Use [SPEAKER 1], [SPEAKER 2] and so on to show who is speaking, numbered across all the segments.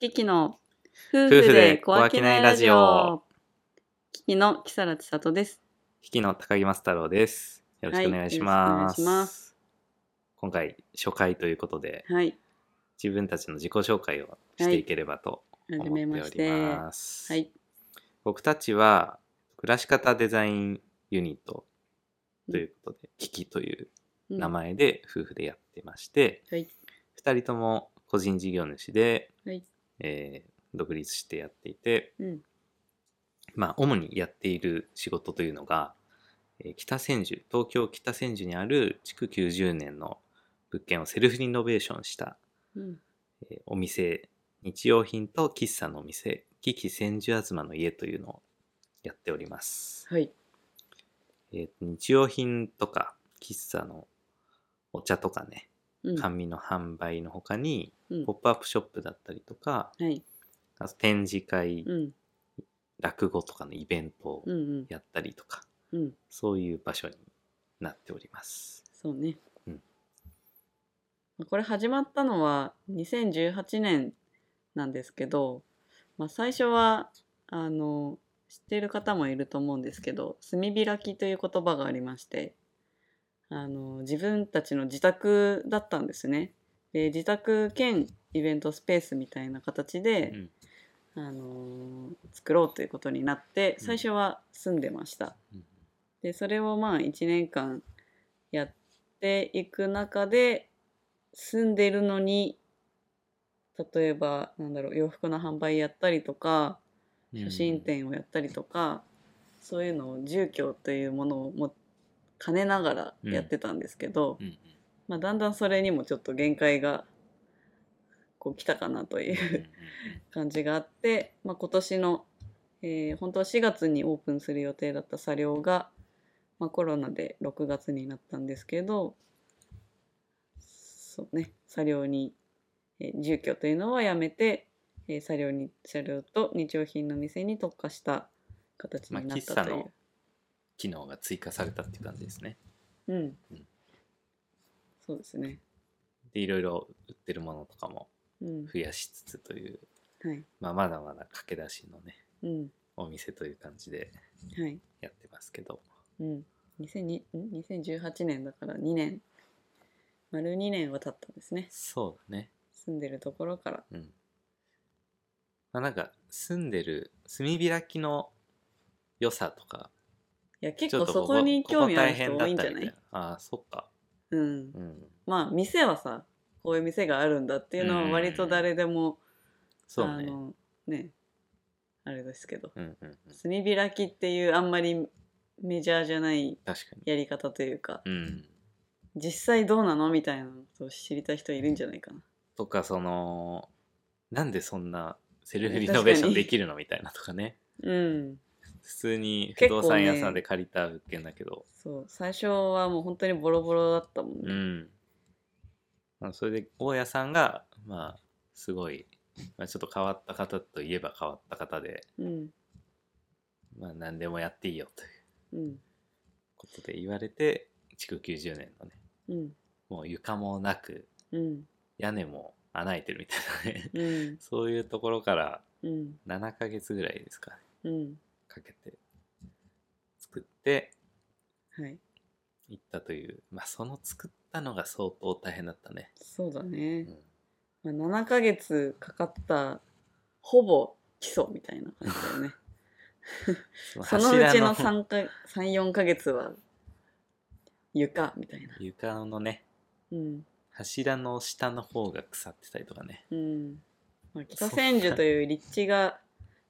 [SPEAKER 1] キキの夫婦
[SPEAKER 2] 婦
[SPEAKER 1] で
[SPEAKER 2] で
[SPEAKER 1] 小
[SPEAKER 2] 小
[SPEAKER 1] 飽
[SPEAKER 2] 飽
[SPEAKER 1] き
[SPEAKER 2] き
[SPEAKER 1] な
[SPEAKER 2] ないい
[SPEAKER 1] ラ
[SPEAKER 2] ラ
[SPEAKER 1] ジ
[SPEAKER 2] ジ
[SPEAKER 1] オ
[SPEAKER 2] オ。
[SPEAKER 1] キキの木更津千里です。
[SPEAKER 2] 引きの高木松太郎です。よろしくお願いします。
[SPEAKER 1] はいよろしくお願いしま
[SPEAKER 2] 今回初回ということで、
[SPEAKER 1] はい、
[SPEAKER 2] 自分たちの自己紹介をしていければと思っ
[SPEAKER 1] は
[SPEAKER 2] て
[SPEAKER 1] めま
[SPEAKER 2] お
[SPEAKER 1] して。
[SPEAKER 2] り
[SPEAKER 1] は
[SPEAKER 2] ます。
[SPEAKER 1] い、
[SPEAKER 2] 僕たちは暮らし方デザインユニットということで、キキという
[SPEAKER 1] うん
[SPEAKER 2] 名。前で夫婦でやってまして、
[SPEAKER 1] はい、
[SPEAKER 2] 二人とも個人事業主で、
[SPEAKER 1] はい、
[SPEAKER 2] えー独立してやっていて、
[SPEAKER 1] うん、
[SPEAKER 2] まあ、主にやっている仕事というのが、えー北千住、東京北千住にある築90年の物件をセルフリノベーションした、
[SPEAKER 1] うん、
[SPEAKER 2] えーお店、日用品と喫茶のお店、キキ千住東の家というのをやっております。
[SPEAKER 1] はい、
[SPEAKER 2] えー日用品とか喫茶のお茶とかね、
[SPEAKER 1] うん、は
[SPEAKER 2] 甘味の販売の他に、
[SPEAKER 1] うん
[SPEAKER 2] ポップアップショップだったりとか、
[SPEAKER 1] い、
[SPEAKER 2] あと展示会、
[SPEAKER 1] うん、
[SPEAKER 2] 落語とかのイベントを
[SPEAKER 1] うん、うん、
[SPEAKER 2] やったりとか、
[SPEAKER 1] うん、
[SPEAKER 2] そういう場所になっております。
[SPEAKER 1] そうね
[SPEAKER 2] うん。
[SPEAKER 1] これ始まったのは2018年なんですけど、まあ最初はあの知っている方もいると思うんですけど、炭開きという言葉がありまして、あの自分たちの自宅だったんですね。で自宅兼イベントスペースみたいな形で、
[SPEAKER 2] ん
[SPEAKER 1] あの作ろうということになって、最初は住んでました。でそれをまあ1年間やっていく中で住んでるのに例えばなんだろう洋服の販売やったりとか写真展をやったりとか、そういうのを住居というものをも兼ねながらやってたんですけど、
[SPEAKER 2] うんうん
[SPEAKER 1] まあ、だんだんそれにもちょっと限界がこう来たかなとい
[SPEAKER 2] うんうん
[SPEAKER 1] う感じがあって、まあ、今年の、えー本当は4月にオープンする予定だった車両が、まあ、コロナで6月になったんですけどそうね車両に、えー住居というのはやめて、えー車両に車両と日用品の店に特化した形
[SPEAKER 2] まあ
[SPEAKER 1] になっ
[SPEAKER 2] 喫
[SPEAKER 1] た
[SPEAKER 2] 茶
[SPEAKER 1] という
[SPEAKER 2] の。機能が追加されたっていう感じですね。
[SPEAKER 1] うん
[SPEAKER 2] うん
[SPEAKER 1] そうですね。
[SPEAKER 2] でいろいろ売ってるものとかも
[SPEAKER 1] うん。
[SPEAKER 2] 増やしつつという、
[SPEAKER 1] はい。
[SPEAKER 2] まあ、まだまだ駆け出しのね
[SPEAKER 1] うん。
[SPEAKER 2] お店という感じで
[SPEAKER 1] はい。
[SPEAKER 2] やってますけど、
[SPEAKER 1] うん、2002ん2018年だから2年丸2年は経ったんですね
[SPEAKER 2] そうだね。
[SPEAKER 1] 住んでるところから
[SPEAKER 2] うん。まあなんか住んでる住み開きの良さとか
[SPEAKER 1] いや
[SPEAKER 2] ち
[SPEAKER 1] 結
[SPEAKER 2] ょ
[SPEAKER 1] 構
[SPEAKER 2] っと
[SPEAKER 1] そ
[SPEAKER 2] こ
[SPEAKER 1] こに興味ある
[SPEAKER 2] こ
[SPEAKER 1] 人多
[SPEAKER 2] こ大
[SPEAKER 1] い
[SPEAKER 2] 変
[SPEAKER 1] ん
[SPEAKER 2] だ
[SPEAKER 1] じ
[SPEAKER 2] っ
[SPEAKER 1] ゃ
[SPEAKER 2] たみ
[SPEAKER 1] な
[SPEAKER 2] た
[SPEAKER 1] い
[SPEAKER 2] いなあーそっか。
[SPEAKER 1] うん
[SPEAKER 2] うん。
[SPEAKER 1] まあ店はさこういう店があるんだっていうのは割と誰でも、
[SPEAKER 2] そう
[SPEAKER 1] あ
[SPEAKER 2] ね。
[SPEAKER 1] のねあれですけど
[SPEAKER 2] うんうんうん。
[SPEAKER 1] 炭開きっていうあんまりメジャーじゃない
[SPEAKER 2] 確かに。
[SPEAKER 1] やり方というか
[SPEAKER 2] うん。
[SPEAKER 1] 実際どうなのみたいなことを知りたい人いるんじゃないかな
[SPEAKER 2] とかそのなんでそんなセルフリノベーションできるのみたいなとかね
[SPEAKER 1] うん
[SPEAKER 2] 普通に不
[SPEAKER 1] 結構ね
[SPEAKER 2] 動産屋さんで借りた物件だけど、
[SPEAKER 1] そう最初はもう本当にボロボロだったもんね、
[SPEAKER 2] うんまあそれで大家さんがまあすごい、まあ、ちょっと変わった方といえば変わった方で、
[SPEAKER 1] うん
[SPEAKER 2] まあ、何でもやっていいよという
[SPEAKER 1] うん
[SPEAKER 2] ことで言われて築90年のね
[SPEAKER 1] うん
[SPEAKER 2] もう床もなく
[SPEAKER 1] うん
[SPEAKER 2] 屋根も穴開いてるみたいなね
[SPEAKER 1] うん
[SPEAKER 2] そういうところから
[SPEAKER 1] うん
[SPEAKER 2] 7ヶ月ぐらいですか
[SPEAKER 1] う
[SPEAKER 2] ね
[SPEAKER 1] ん
[SPEAKER 2] かけて作って
[SPEAKER 1] はい
[SPEAKER 2] 行ったというまあその作ったのが相当大変だったね、
[SPEAKER 1] そうだ
[SPEAKER 2] う
[SPEAKER 1] ね
[SPEAKER 2] ん、、
[SPEAKER 1] まあ、7ヶ月かかったほぼ基礎みたいな感じだよねそのうちの
[SPEAKER 2] 柱
[SPEAKER 1] 3か34ヶ月は床みたいな
[SPEAKER 2] 床のね
[SPEAKER 1] うん
[SPEAKER 2] 柱の下の方が腐ってたりとかね
[SPEAKER 1] うん、まあ、北千住という立地が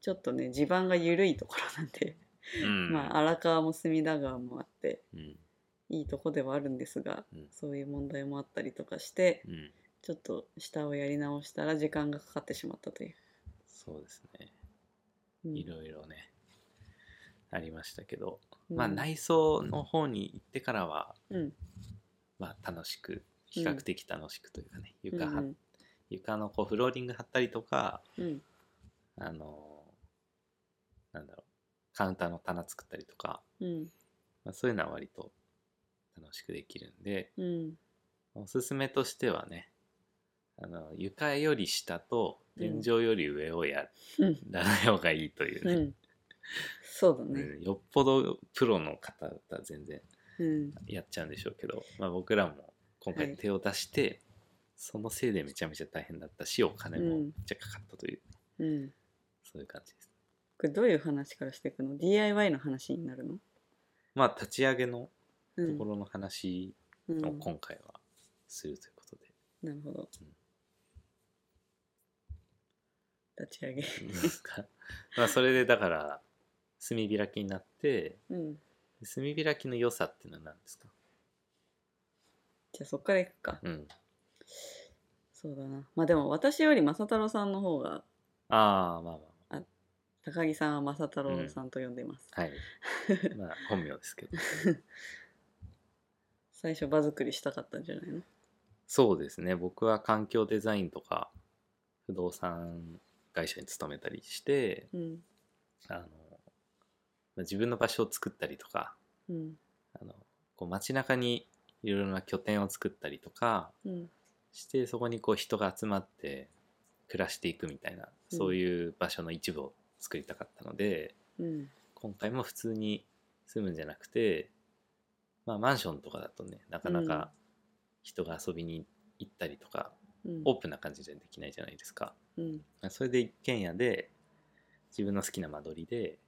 [SPEAKER 1] ちょっとね地盤が緩いところなんで、
[SPEAKER 2] うん
[SPEAKER 1] まあ荒川も隅田川もあって
[SPEAKER 2] うん
[SPEAKER 1] いいとこではあるんですが、
[SPEAKER 2] うん
[SPEAKER 1] そういう問題もあったりとかして
[SPEAKER 2] うん
[SPEAKER 1] ちょっと下をやり直したら時間がかかってしまったという。
[SPEAKER 2] そうですね
[SPEAKER 1] うん
[SPEAKER 2] いろいろねありましたけど、
[SPEAKER 1] うん
[SPEAKER 2] まあ内装の方に行ってからは
[SPEAKER 1] うん
[SPEAKER 2] まあ楽しく比較的楽しくというかね、床は
[SPEAKER 1] うん
[SPEAKER 2] 床のこうフローリング張ったりとか
[SPEAKER 1] うん
[SPEAKER 2] あのなんだろうカウンターの棚作ったりとか
[SPEAKER 1] うん
[SPEAKER 2] まあ、そういうのは割と楽しくできるんで
[SPEAKER 1] うん
[SPEAKER 2] おすすめとしてはねあの床より下と
[SPEAKER 1] うん
[SPEAKER 2] 天井より上をや
[SPEAKER 1] うん
[SPEAKER 2] らない方がいいという
[SPEAKER 1] う
[SPEAKER 2] ね、
[SPEAKER 1] んそうだね、
[SPEAKER 2] うんよっぽどプロの方だったら全然
[SPEAKER 1] うん、
[SPEAKER 2] やっちゃうんでしょうけど、まあ、僕らも今
[SPEAKER 1] はい
[SPEAKER 2] 回手を出して、そのせいでめちゃめちゃ大変だったしお金もめっちゃかかったという、
[SPEAKER 1] うん、
[SPEAKER 2] そういう感じです
[SPEAKER 1] これどういう話からしていくの ?DIY の話になるの
[SPEAKER 2] まあ立ち上げの
[SPEAKER 1] う
[SPEAKER 2] と
[SPEAKER 1] ん
[SPEAKER 2] ころの話
[SPEAKER 1] うん
[SPEAKER 2] を今回はするということで、
[SPEAKER 1] なるほど
[SPEAKER 2] うん。
[SPEAKER 1] 立ち上げ。
[SPEAKER 2] いいですかまあそれでだから炭開きになって
[SPEAKER 1] うん。
[SPEAKER 2] 炭開きの良さっていうのは何ですか
[SPEAKER 1] じゃあそっからいくか。
[SPEAKER 2] うん
[SPEAKER 1] そうだな。まあでも私より正太郎さんの方が、
[SPEAKER 2] ああまあま
[SPEAKER 1] 高木さんは正太郎さんと呼んでいます。
[SPEAKER 2] あはいまあ本名ですけど
[SPEAKER 1] 最初場作りしたかったんじゃないの
[SPEAKER 2] そうですね僕は環境デザインとか不動産会社に勤めたりして
[SPEAKER 1] うん。
[SPEAKER 2] あのまあ自分の場所を作ったりとか
[SPEAKER 1] うん。
[SPEAKER 2] あのこう街中にいろいろな拠点を作ったりとか
[SPEAKER 1] うん。
[SPEAKER 2] してそこにこう人が集まって暮らしていくみたいな
[SPEAKER 1] うん
[SPEAKER 2] そういう場所の一部を作りたかったので、
[SPEAKER 1] うん。
[SPEAKER 2] 今回も普通に住むんじゃなくて、まあ、マンションとかだとねなかなか人が遊びに行ったりとか、
[SPEAKER 1] うん。
[SPEAKER 2] オープンな感じじゃできないじゃないですか。
[SPEAKER 1] うん。
[SPEAKER 2] それで一軒家で自分の好きな間取りで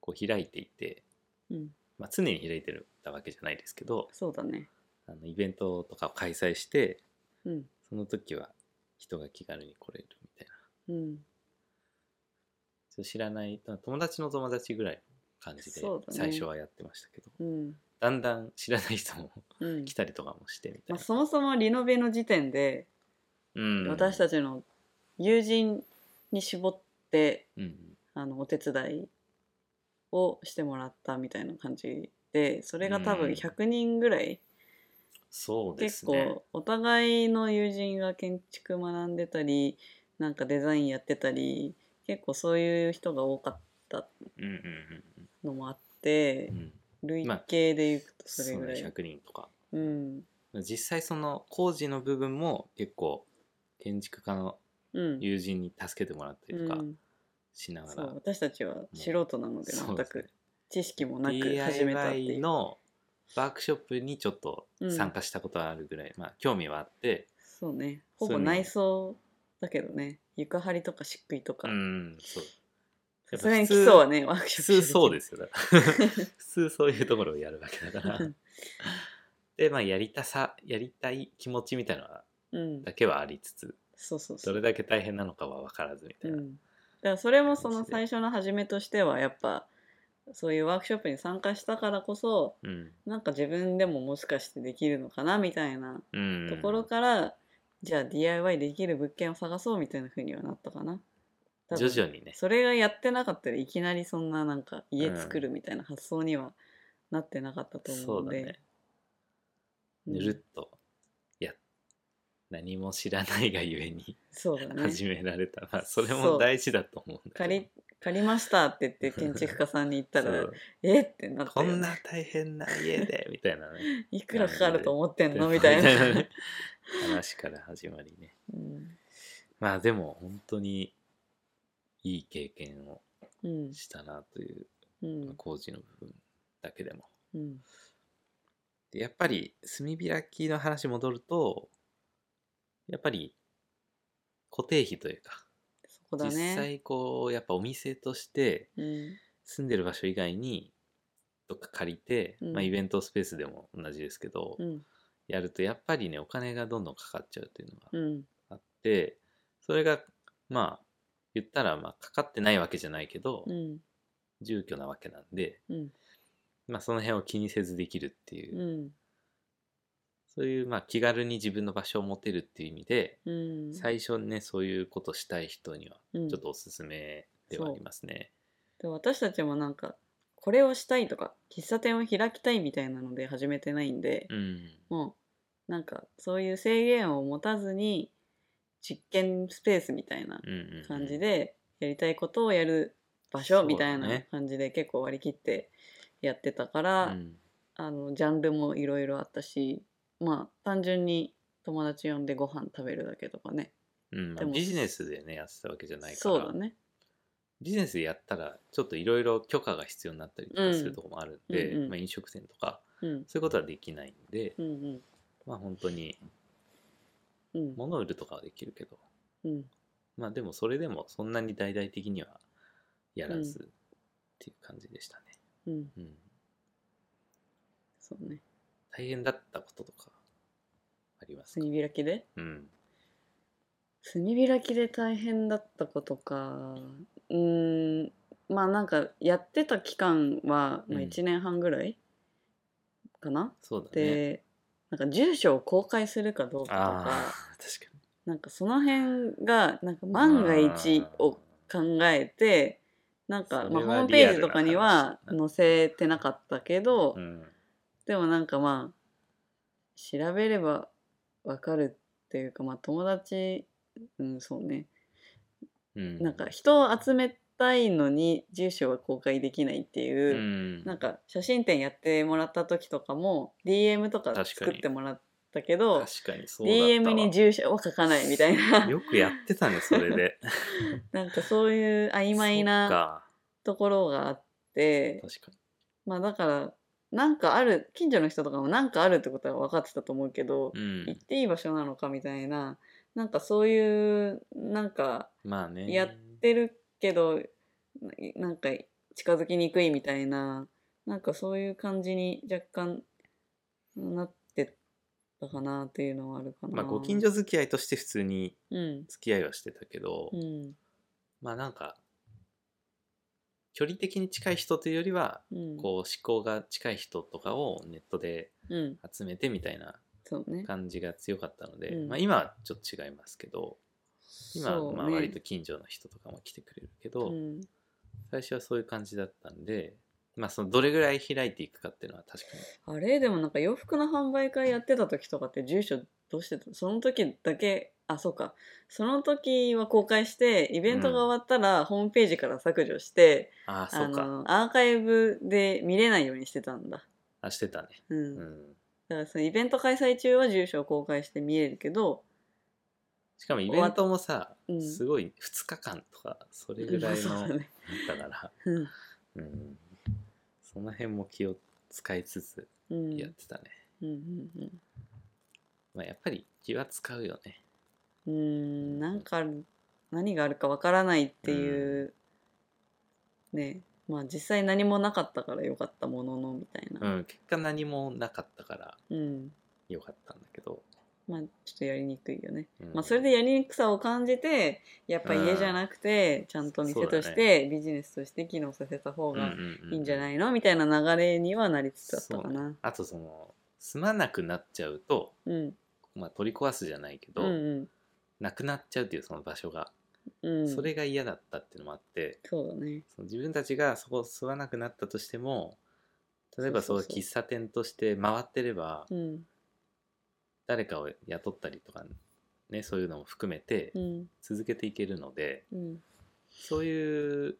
[SPEAKER 2] こう開いていて、
[SPEAKER 1] うん。
[SPEAKER 2] まあ、常に開いてるたわけじゃないですけど
[SPEAKER 1] そうだね。
[SPEAKER 2] あのイベントとかを開催して
[SPEAKER 1] うん。
[SPEAKER 2] その時は人が気軽に来れるみたいな。
[SPEAKER 1] うん。
[SPEAKER 2] ちょっと知らない友達の友達ぐらいの感じで
[SPEAKER 1] そうだね
[SPEAKER 2] 最初はやってましたけど、
[SPEAKER 1] うん。
[SPEAKER 2] だんだん知らない人も
[SPEAKER 1] うん
[SPEAKER 2] 来。たりとかもしてみた
[SPEAKER 1] まあ、
[SPEAKER 2] いな、
[SPEAKER 1] そもそもリノベの時点で、
[SPEAKER 2] うん、
[SPEAKER 1] 私たちの友人に絞って、
[SPEAKER 2] うん
[SPEAKER 1] あのお手伝いをしてもらったみたいな感じでそれが多
[SPEAKER 2] うん
[SPEAKER 1] 分100人ぐらい、
[SPEAKER 2] そうです
[SPEAKER 1] 結
[SPEAKER 2] ね
[SPEAKER 1] 構お互いの友人が建築学んでたりなんかデザインやってたり結構そういう人が多かった
[SPEAKER 2] うんうん
[SPEAKER 1] のもあっ
[SPEAKER 2] う
[SPEAKER 1] て
[SPEAKER 2] んうん
[SPEAKER 1] 累計でいくとそ
[SPEAKER 2] そ
[SPEAKER 1] れ
[SPEAKER 2] れ
[SPEAKER 1] ぐ
[SPEAKER 2] ぐ
[SPEAKER 1] ら
[SPEAKER 2] ら
[SPEAKER 1] い、
[SPEAKER 2] い100人とか
[SPEAKER 1] うん
[SPEAKER 2] 実際その工事の部分も結構建築家の
[SPEAKER 1] うん
[SPEAKER 2] 友人に助けてもらったりと
[SPEAKER 1] う
[SPEAKER 2] か
[SPEAKER 1] ん
[SPEAKER 2] しなが
[SPEAKER 1] そ
[SPEAKER 2] ら、
[SPEAKER 1] う私たちは素人なので
[SPEAKER 2] そう
[SPEAKER 1] 全
[SPEAKER 2] ですね
[SPEAKER 1] く知識もなく始めたってい
[SPEAKER 2] DIY
[SPEAKER 1] う
[SPEAKER 2] のワークショップにちょっと参加したことはあるぐらい、まあ興味はあって、
[SPEAKER 1] そうね
[SPEAKER 2] そ
[SPEAKER 1] ほ
[SPEAKER 2] ういう
[SPEAKER 1] ぼ
[SPEAKER 2] の
[SPEAKER 1] 内装だけどね床張りとか漆喰とか、
[SPEAKER 2] うん、そう。
[SPEAKER 1] さすがに基礎はね、ワークシ
[SPEAKER 2] 普
[SPEAKER 1] ョップ
[SPEAKER 2] 通そう
[SPEAKER 1] で
[SPEAKER 2] で すよ。だから普通そういうところをやるわけだから。で、まあ、やりたさ、やりたい気持ちみたいなの
[SPEAKER 1] うん。
[SPEAKER 2] だけはありつつ、
[SPEAKER 1] そうそうそ
[SPEAKER 2] ど
[SPEAKER 1] う。
[SPEAKER 2] れだけ大変なのかは分からずみた
[SPEAKER 1] う
[SPEAKER 2] いな。
[SPEAKER 1] ん。だからそれもその最初の始めとしては、やっぱ、そういうワークショップに参加したからこそ、
[SPEAKER 2] うん。
[SPEAKER 1] なんか自分でももしかしてできるのかなみたいな
[SPEAKER 2] うん。
[SPEAKER 1] ところから、じゃあ DIY できる物件を探そうみたいな風にはなったかな。多分
[SPEAKER 2] 徐々にね。
[SPEAKER 1] それがやってなかったらいきなりそんななんか家作るみたいな発想にはなってなかったと思
[SPEAKER 2] そううだ
[SPEAKER 1] の
[SPEAKER 2] ね
[SPEAKER 1] で。。
[SPEAKER 2] ぬるっと、いや、何も知らないがゆえに
[SPEAKER 1] そうだね。
[SPEAKER 2] 始められた。まあ、それ
[SPEAKER 1] そ
[SPEAKER 2] も
[SPEAKER 1] う
[SPEAKER 2] 大事だと思うんだけど。
[SPEAKER 1] 借り借りましたって言って 建築家さんに言った
[SPEAKER 2] そ
[SPEAKER 1] ら
[SPEAKER 2] う
[SPEAKER 1] 「えっ?」てなった
[SPEAKER 2] こ
[SPEAKER 1] よ
[SPEAKER 2] ん
[SPEAKER 1] ね
[SPEAKER 2] な大変な家で、みたいなね。
[SPEAKER 1] いくらかかると思ってんのみ
[SPEAKER 2] み
[SPEAKER 1] た
[SPEAKER 2] た
[SPEAKER 1] い
[SPEAKER 2] い
[SPEAKER 1] な、
[SPEAKER 2] なね話から始まりね。
[SPEAKER 1] うん
[SPEAKER 2] まあでも本当にいい経験を
[SPEAKER 1] うん
[SPEAKER 2] したなという、
[SPEAKER 1] うん
[SPEAKER 2] 工事の部分だけでも。
[SPEAKER 1] うん
[SPEAKER 2] でやっぱり炭開きの話戻るとやっぱり固定費というか、
[SPEAKER 1] そこだ
[SPEAKER 2] 実
[SPEAKER 1] ね
[SPEAKER 2] 際こうやっぱお店として
[SPEAKER 1] うん
[SPEAKER 2] 住んでる場所以外にどっか借りて、
[SPEAKER 1] うん
[SPEAKER 2] まあ、イベントスペースでも同じですけど、
[SPEAKER 1] うん
[SPEAKER 2] やるとやっぱりねお金がどんどんかかっちゃうというのが
[SPEAKER 1] うん
[SPEAKER 2] あってそれがまあ言ったらまあかかってないわけじゃないけど、
[SPEAKER 1] うん
[SPEAKER 2] 住居なわけなんで、
[SPEAKER 1] うん
[SPEAKER 2] まあ、その辺を気にせずできるっていう、
[SPEAKER 1] うん
[SPEAKER 2] そういうまあ気軽に自分の場所を持てるっていう意味で、
[SPEAKER 1] うん
[SPEAKER 2] 最初ねそういうことしたい人には
[SPEAKER 1] うん
[SPEAKER 2] ちょっとおすすめではありますね。
[SPEAKER 1] で私たちもなんかこれをしたいとか喫茶店を開きたいみたいなので始めてないんで、
[SPEAKER 2] うん
[SPEAKER 1] もうなんかそういう制限を持たずに実験スペースみたいな
[SPEAKER 2] うんうんうん
[SPEAKER 1] 感じでやりたいことをやる場所みたい
[SPEAKER 2] そうだ
[SPEAKER 1] な
[SPEAKER 2] ね
[SPEAKER 1] 感じで結構割り切ってやってたから、
[SPEAKER 2] うん
[SPEAKER 1] あのジャンルもいろいろあったしまあ単純に友達呼んでご飯食べるだけとかね
[SPEAKER 2] うんま
[SPEAKER 1] で
[SPEAKER 2] あ、
[SPEAKER 1] も
[SPEAKER 2] ビジネスでねやってたわけじゃないか
[SPEAKER 1] そう
[SPEAKER 2] ら、
[SPEAKER 1] だね
[SPEAKER 2] ビジネスでやったらちょっといろいろ許可が必要になったりとかするとこもあるんで、
[SPEAKER 1] うんうんうん
[SPEAKER 2] まあ、飲食店とか
[SPEAKER 1] うん
[SPEAKER 2] そういうことはできないんで、
[SPEAKER 1] うんうん
[SPEAKER 2] まあ本当に
[SPEAKER 1] うん
[SPEAKER 2] 物を売るとかはできるけど
[SPEAKER 1] うん
[SPEAKER 2] まあでもそれでもそんなに大々的にはやらずっていう感じでしたね、
[SPEAKER 1] うん
[SPEAKER 2] うん
[SPEAKER 1] そうね
[SPEAKER 2] 大変だったこととかありますか、
[SPEAKER 1] 炭開きで
[SPEAKER 2] うん
[SPEAKER 1] 炭開きで大変だったことかうーんまあなんかやってた期間は、
[SPEAKER 2] うん
[SPEAKER 1] まあ、1年半ぐらいかな、
[SPEAKER 2] そうだね
[SPEAKER 1] でなんか住所を公開するかどうかと
[SPEAKER 2] ああ
[SPEAKER 1] か
[SPEAKER 2] 確かに
[SPEAKER 1] なんかその辺がなんか万が一を考えてなんか、まあ、
[SPEAKER 2] それ
[SPEAKER 1] ホ
[SPEAKER 2] は
[SPEAKER 1] ームページとかには
[SPEAKER 2] リアルな
[SPEAKER 1] 載せてなかったけど、
[SPEAKER 2] うん
[SPEAKER 1] でもなんかまあ調べればわかるっていうかまあ友達うんそうね
[SPEAKER 2] うん
[SPEAKER 1] なんか人を集めたいのに住所は公開できないって
[SPEAKER 2] う
[SPEAKER 1] いう、
[SPEAKER 2] ん
[SPEAKER 1] なんか写真展やってもらった時とかも DM とか
[SPEAKER 2] 確かに
[SPEAKER 1] 作ってもらったけど
[SPEAKER 2] 確かにそうだったわ
[SPEAKER 1] DM に住所を書かないみたいな
[SPEAKER 2] よくやってたねそれで
[SPEAKER 1] なんかそういう 曖昧
[SPEAKER 2] そ
[SPEAKER 1] な
[SPEAKER 2] う
[SPEAKER 1] ところがあって
[SPEAKER 2] か確か
[SPEAKER 1] まあだからなんかある近所の人とかもなんかあるってことは分かってたと思うけど、
[SPEAKER 2] にう
[SPEAKER 1] 行っ
[SPEAKER 2] ん
[SPEAKER 1] ていい場所なのかみたいななんかそういうなんか
[SPEAKER 2] まあね
[SPEAKER 1] やってるけどななんか近づきにくいみたいななんかそういう感じに若干なってたかなっていうのはあるかな。
[SPEAKER 2] まあご近所付き合いとして普通に
[SPEAKER 1] うん
[SPEAKER 2] 付き合いはしてたけど、
[SPEAKER 1] うん
[SPEAKER 2] まあなんか距離的に近い人というよりは
[SPEAKER 1] うん
[SPEAKER 2] こう思考が近い人とかをネットで
[SPEAKER 1] うん
[SPEAKER 2] 集めてみたいな
[SPEAKER 1] そうね
[SPEAKER 2] 感じが強かったので、
[SPEAKER 1] うん
[SPEAKER 2] まあ、今はちょっと違いますけど今
[SPEAKER 1] そ
[SPEAKER 2] は
[SPEAKER 1] う
[SPEAKER 2] まあ割と近所の人とかも来てくれるけど、
[SPEAKER 1] うん
[SPEAKER 2] 最初はそういう感じだったんで、まあ、そのどれぐらい開いていくかっていうのは確かに
[SPEAKER 1] あれでもなんか洋服の販売会やってた時とかって住所どうしてたその時だけあそうかその時は公開してイベントが終わったらホームページから削除して、
[SPEAKER 2] ああそ
[SPEAKER 1] あ
[SPEAKER 2] うか
[SPEAKER 1] のアーカイブで見れないようにしてたんだ、
[SPEAKER 2] あしてたね、
[SPEAKER 1] うん
[SPEAKER 2] うん、
[SPEAKER 1] だからそのイベント開催中は住所を公開して見れるけど
[SPEAKER 2] しかもイベントも
[SPEAKER 1] う
[SPEAKER 2] さ、
[SPEAKER 1] ん
[SPEAKER 2] すごい2日間とかそれぐら
[SPEAKER 1] う
[SPEAKER 2] いの
[SPEAKER 1] んそう
[SPEAKER 2] だ
[SPEAKER 1] だ
[SPEAKER 2] っ
[SPEAKER 1] ね
[SPEAKER 2] たから、
[SPEAKER 1] うん
[SPEAKER 2] うん、その辺も気を使いつつ
[SPEAKER 1] うん
[SPEAKER 2] やってたね、
[SPEAKER 1] うんうん
[SPEAKER 2] まあ、やっぱり気は使うよね
[SPEAKER 1] うんうんなんかある何があるかわからないっていう、ねまあ実際何もなかったからよかったもののみたいな、
[SPEAKER 2] うん結果何もなかったから
[SPEAKER 1] うん
[SPEAKER 2] よかったんだけど、
[SPEAKER 1] まあちょっとやりにくいよね、
[SPEAKER 2] うん
[SPEAKER 1] まあそれでやりにくさを感じてやっぱ家じゃなくて、ちゃんと店としてビジネスとして機能させた方
[SPEAKER 2] うん
[SPEAKER 1] が
[SPEAKER 2] うんうん
[SPEAKER 1] いいんじゃないの、みたいな流れにはなりつつあったか
[SPEAKER 2] そう
[SPEAKER 1] な
[SPEAKER 2] ねあとその住まなくなっちゃうと、
[SPEAKER 1] うん
[SPEAKER 2] まあ、取り壊すじゃないけ
[SPEAKER 1] う
[SPEAKER 2] ど、
[SPEAKER 1] ん
[SPEAKER 2] なくなっちゃうっていうその場所が、
[SPEAKER 1] うんうん
[SPEAKER 2] それが嫌だったっていうのもあって
[SPEAKER 1] そうだね
[SPEAKER 2] その自分たちがそこ住まなくなったとしても例えばそ
[SPEAKER 1] そうう
[SPEAKER 2] いう
[SPEAKER 1] そうそう
[SPEAKER 2] 喫茶店として回ってれば
[SPEAKER 1] うん
[SPEAKER 2] 誰かを雇ったりとかねそういうのも含めて
[SPEAKER 1] うん
[SPEAKER 2] 続けていけるので
[SPEAKER 1] うん
[SPEAKER 2] そういう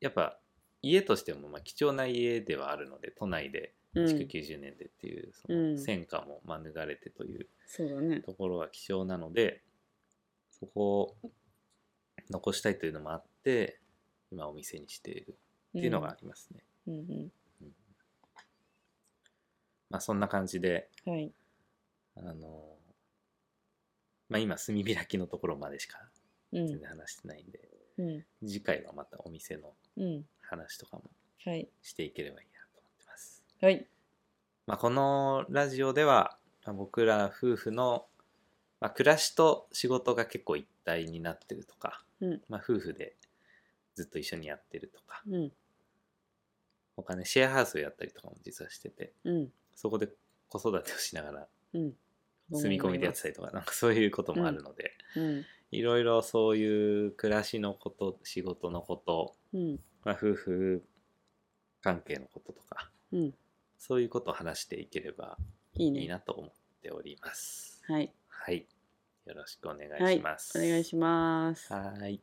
[SPEAKER 2] やっぱ家としてもまあ貴重な家ではあるので都内で
[SPEAKER 1] うん
[SPEAKER 2] 築90年でっていうそ
[SPEAKER 1] うん
[SPEAKER 2] の戦火も免れてという
[SPEAKER 1] そうだね
[SPEAKER 2] ところは貴重なのでそこを残したいというのもあって今お店にしているっていうのがありますね、
[SPEAKER 1] うんうん
[SPEAKER 2] まあそんな感じで
[SPEAKER 1] うんはい
[SPEAKER 2] あのまあ今炭開きのところまでしか
[SPEAKER 1] う
[SPEAKER 2] 全
[SPEAKER 1] ん
[SPEAKER 2] 然話してないんで、
[SPEAKER 1] うん
[SPEAKER 2] 次回はまたお店の
[SPEAKER 1] うん
[SPEAKER 2] 話とかも
[SPEAKER 1] はい
[SPEAKER 2] していければいいなと思ってます、
[SPEAKER 1] はい
[SPEAKER 2] まあ、このラジオではまあ僕ら夫婦の、まあ、暮らしと仕事が結構一体になってるとか、
[SPEAKER 1] うん
[SPEAKER 2] まあ、夫婦でずっと一緒にやってるとか
[SPEAKER 1] うん
[SPEAKER 2] 他ねシェアハウスをやったりとかも実はしてて
[SPEAKER 1] うん
[SPEAKER 2] そこで子育てをしながら
[SPEAKER 1] うん
[SPEAKER 2] 住み込みでやってたりとかなんかそういうこともあるので、
[SPEAKER 1] うん
[SPEAKER 2] いろいろそういう暮らしのこと仕事のこと、
[SPEAKER 1] うん
[SPEAKER 2] まあ、夫婦関係のこととか
[SPEAKER 1] うん
[SPEAKER 2] そういうことを話していければ
[SPEAKER 1] いいね
[SPEAKER 2] いいなと思っております。
[SPEAKER 1] はい
[SPEAKER 2] はい。よろしくお願
[SPEAKER 1] はいい
[SPEAKER 2] します。
[SPEAKER 1] お願いします
[SPEAKER 2] はーい。